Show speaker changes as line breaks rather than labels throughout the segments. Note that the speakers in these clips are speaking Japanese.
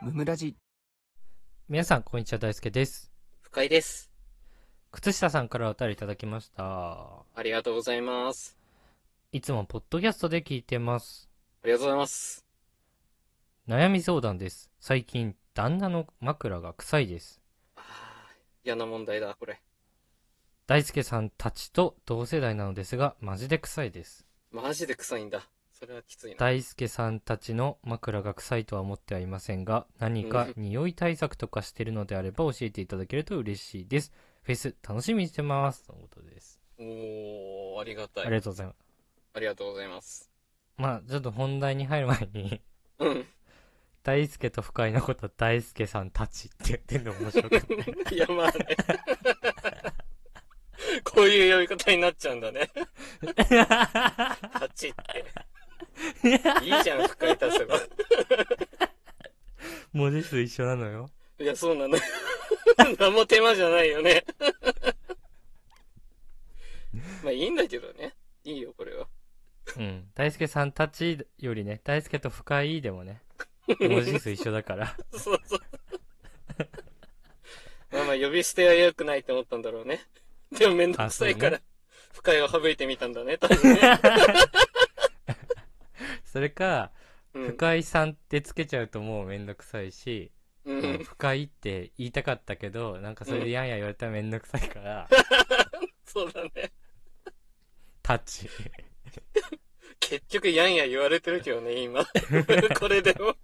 ムムラジ
皆さん、こんにちは。大輔です。
深井です。
靴下さんからお便りいただきました。
ありがとうございます。
いつもポッドキャストで聞いてます。
ありがとうございます。
悩み相談です。最近、旦那の枕が臭いです。
あー嫌な問題だ、これ。
大輔さんたちと同世代なのですが、マジで臭いです。
マジで臭いんだ。それはきついな。
大輔さんたちの枕が臭いとは思ってはいませんが、何か匂い対策とかしてるのであれば教えていただけると嬉しいです。フェス、楽しみにしてます。とのことです。
おー、ありがた
あ
い。
りがとうございます。
ありがとうございます。
まあ、ちょっと本題に入る前に。
うん。
大輔と深井のこと大輔さんたちって言ってんの面白 くない
いや、まあね。こういう呼び方になっちゃうんだね。タッチって。いいじゃん、深井たちが。
文字数一緒なのよ
いや、そうなのよ。 何も手間じゃないよね。まあ、いいんだけどね。いいよ、これは。
うん大輔さんたちよりね大輔と深井でも ね文字数一緒だから
そうそう。 まあまあ、呼び捨ては良くないって思ったんだろうね。でもめんどくさいか
あ
ら、不快を省いてみたんだね、多分ね。
それか
うん。
深井さんってつけちゃうともうめんどくさいし、
う
うん
ん。
深井って言いたかったけどなんかそれでやんや言われたらめんどくさい から、
そうだね。
タッチ
結局、やんや言われてるけどね、今。これでも。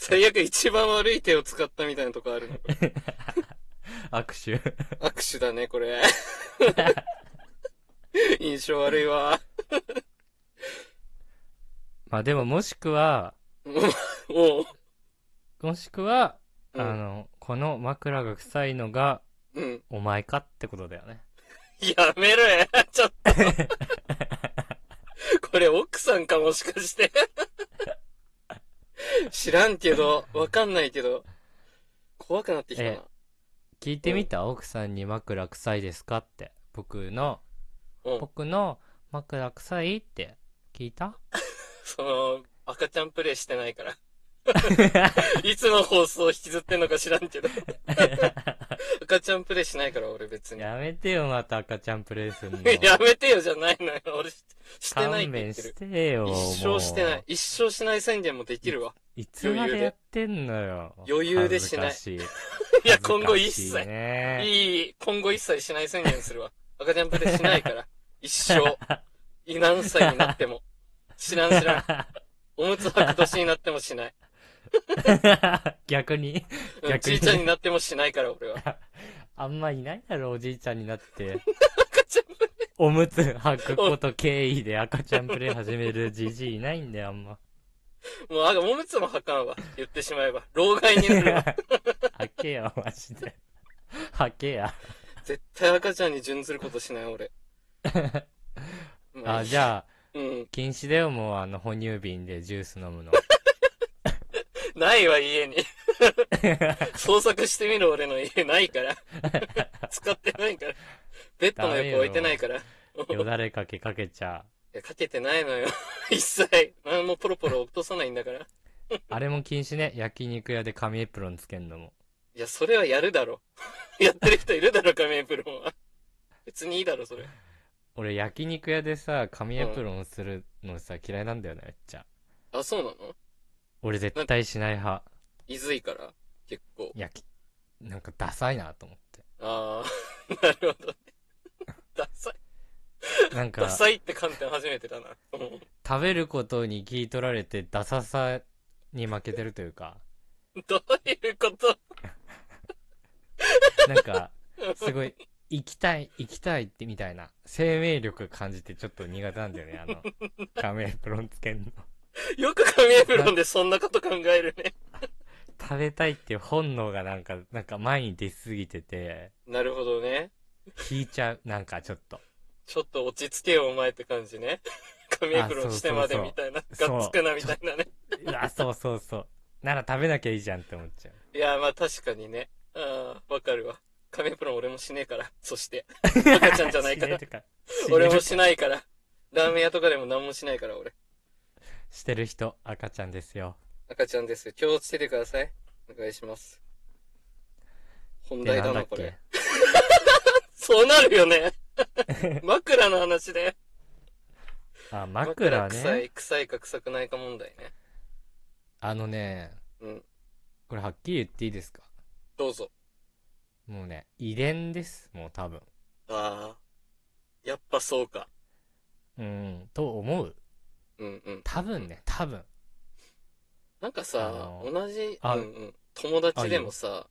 最悪一番悪い手を使ったみたいなとこあるの。
握手
握手だね、これ。 印象悪いわ。
まあでももしくは
おう。
もしくは、
う
あ
ん。
のこの枕が臭いのが
うん。
お前かってことだよね
やめろや、 ちょっ と。これ奥さんかもしかして。 知らんけど、わかんないけど。怖くなってきたな
え。聞いてみた、奥さんに枕臭いですかって僕の
うん。
僕の枕臭いって聞い た
その、赤ちゃんプレイしてないから。 いつの放送を引きずってんのか知ら んけど。赤ちゃんプレイしないから俺別に。や
やめてよまた赤ちゃんプレイするの
めてよじゃないのよ。俺ししてないっ
勘
て言
弁
ってる
し。てよ
一生してな
も
い。一生しない宣言もできるわ。
ういつまでやってんのよ
余裕でしない
恥ずかし
いや、今後一
恥ず
切
かしい。ね
いい、今後一切しない宣言するわ。赤ちゃんプレイしないから。一生。い何歳になっても。知らん知らん。おむつ履く年になってもしない。
逆に
うん
逆
じ
に
いちゃんになってもしないから、俺は。
あんまいないだろおじいちゃんになって
赤ちゃんプレイ
おむつ履くこと経緯で赤ちゃんプレイ始めるじじいいないんだよあんま
もう、あおむつも履かんわ。言ってしまえば。老害に なるわ。
はけや、マジで。はけや。
絶対赤ちゃんに準ずることしない、俺。
あ、じ
ゃ
ゃあ、
うん。
禁止だよ、もう、あの、哺乳瓶でジュース飲 むの。
ないわ、家に。 捜索してみる俺の家ない から。使ってないから。ベッドの横置いてないから。
よだれかけかけちゃ
いや、かけてないのよ。 一切。何もポロポロ落とさないんだから。
う。あれも禁止ね、焼肉屋で紙エプロンつけんのも。
いや、それはやるだろ。 やってる人いるだろ、カメプロンは。別にいいだろ、それ。
俺、焼肉屋でさ、紙エプロンするのさ、嫌いなんだよね、めっちゃ。
あ、そうなの
俺、絶対しない派。
いずいから、結構。
焼き、なんか、ダサいなと思って。
あー、 なるほどね。 ダサい。
なん
ダ
か、
サいって観点初めてだな。 うん
食べることに聞い取られて、ダサさに負けてるというか、
どういうこと
なんか、すごい、行きたい、行きたいってみたいな、生命力感じてちょっと苦手なんだよね、あ の、カメプロンつけんの。
よくカメプロンでそんなこと考えるね。
食べたいっていう本能がなんか、なんか前に出すぎてて、
なるほどね。
引いちゃう、なんかちょっと。
ちょっと落ち着けよ、お前って感じね。カメプロンしてまでみたいな。
そうそうそう
がっつくな、みたいなね。
うわ、そうそうそう。なら食べなきゃいいじゃんって思っちゃう。
いや、まあ確かにね。ああ、わかるわ。カメプロン俺もしねえから。そして。 赤ちゃんじゃないから
死ね。とか。
俺も
死ね
しないから。ラーメン屋とかでも何もしないから、俺。
してる人、赤ちゃんですよ。
赤ちゃんです。気をつけてください。お願いします。本題
で、な
だ
んだ
な、
っ
これ
け。。
そうなるよ ね。枕の話で。
あ、枕
臭
ね。
い、臭いか臭くないか問題ね。
あのね、
うん。
これはっきり言っていいですか
どうぞ。
もうね、遺伝です。もう多分。
ああ。やっぱそうか。
うん、と思う。
うんうん。
多分ね、多分。
なんか
あ
さ、
の
同じ、うん
あ
うん、友達でもさ、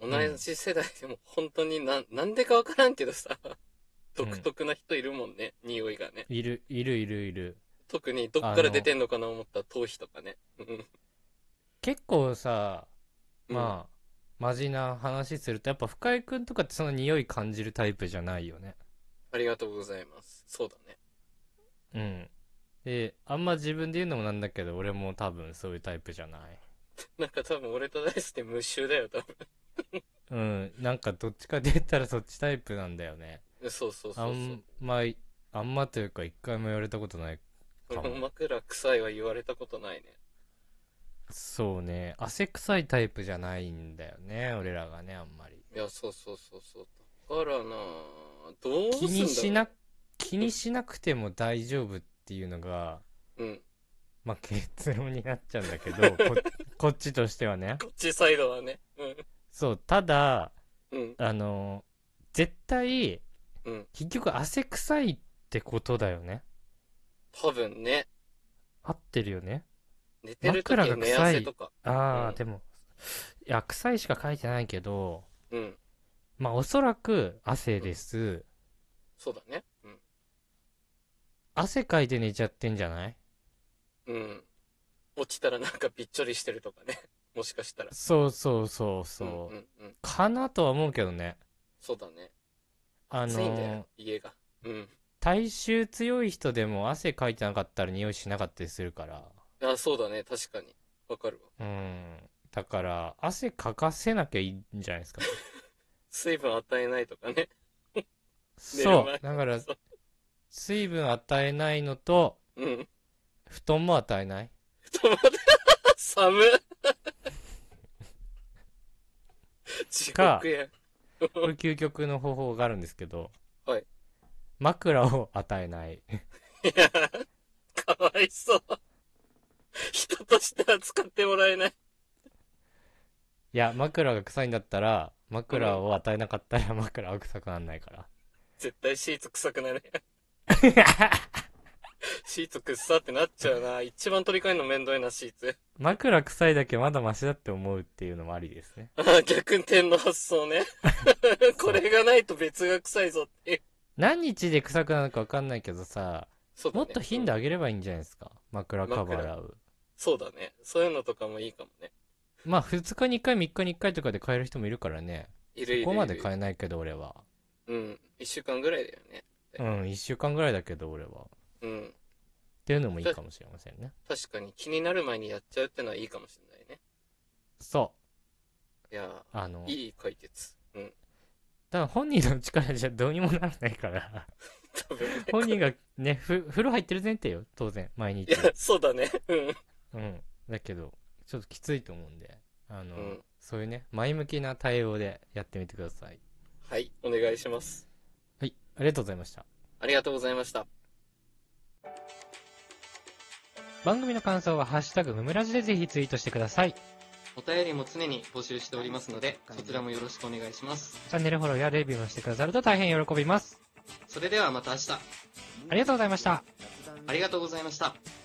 同じ世代でも本当になん、なんでかわからんけどさ、独特な人いるもんね、匂いがね。
いる、いる、いる、いる。
特にどっから出てんのかな思ったら頭皮とかね。うん
結構さ、まあ、マジな話すると、やっぱ深井くんとかってその匂い感じるタイプじゃないよね。
ありがとうございます。そうだね。
うん。で、あんま自分で言うのもなんだけど、俺も多分そういうタイプじゃない。
なんか多分俺と大して無臭だよ、多分。
うん、なんかどっちかで言ったらそっちタイプなんだよね。
そうそう
あ
そうそ
んま、あんまというか一回も言われたことない。
う。
か
こ
も
の枕臭いは言われたことないね。
そうね、汗臭いタイプじゃないんだよね、俺らがね、あんまり。
いや、そうそうそうそう。だからなどうす
気
んだろう
にしな、気にしなくても大丈夫っていうのが、
うん。
まあ、結論になっちゃうんだけ ど、こ、こっちとしてはね。
こっちサイドはね。
そう、ただ、
うん。うん。
あの、絶対、
うん
結局汗臭いってことだよね。
多分ね。
合ってるよね。
寝てる時
枕が
に
臭
寝
い
汗とか。
ああ、
うん
でも、いや、臭いしか書いてないけど、
うん。
まあ、おそらく汗です。
そうだね。うん。
汗かいて寝ちゃってんじゃない
うん。起きたらなんかびっちょりしてるとかね。 もしかしたら。
そうそうそうそう。
うんうんうん。
かなとは思うけどね。
そうだね。
あの
暑いんだよ
ー、、
家が。うん。
体臭強い人でも汗かいてなかったら匂いしなかったりするから。
あ、そうだね。確かに。わかるわ。
うん。だから、汗かかせなきゃいいんじゃない ですか。
水分与えないとかね。寝る
そ
前
う。だから
そ、
水分与えないのと、
うん。
布団も与えない。
ちょっと待って。寒 っ。地獄や。
これ究極の方法があるんですけど、
はい
枕を与えない。
いや、かわいそう。人として扱ってもらえない。
いや、枕が臭いんだったら、枕を与えなかったら枕は臭くならないから。
絶対シーツ臭 くなる。シーツ臭ってなっちゃうな。一番取り替えるの面倒いな、シーツ。
枕臭いだけまだマシだって思うっていうのもありですね。
あー逆転の発 想ね。これがないと別が臭いぞっていう。
何日で臭くなるか分かんないけどさ、
そうだ
も
ね
っと頻度上げればいいんじゃないですか。枕カバー洗う。
そうだね。そういうのとかもいいかもね。
まあ、2日に1回、3日に1回とかで買える人もいるからね。
いるいるい
そこ
る。
まで買えないけど、俺は。
うん。一週間ぐらいだよね。
うん、1週間ぐらいだけど、俺は。っ
うん。
ていうのもいいかもしれませんね。
確かに気になる前にやっちゃうってのはいいかもしれないね。
そ
いや
う。あの
ー、、いい解決。うん。
ただ本人の力じゃどうにもならない から。
多分ね
本人がね、ふ、風呂入ってる前提よ、当然、毎
い
日
や。、そうだね。うん。
うん。だけど、ちょっときついと思うんで、あの、
うん
そういうね、前向きな対応でやってみてください。
はい。お願いします。
はい、ありがとうございました。
ありがとうございました。
番組の感想は、ハッシュタグ、ムムラジでぜひツイートしてください。チ
お便りも常に募集しておりますので、そちらもよろしくお願いします。
ャンネルフォローやレビューもしてくださると大変喜びます。
それではまた明日、
ありがとうございました。
ありがとうございました。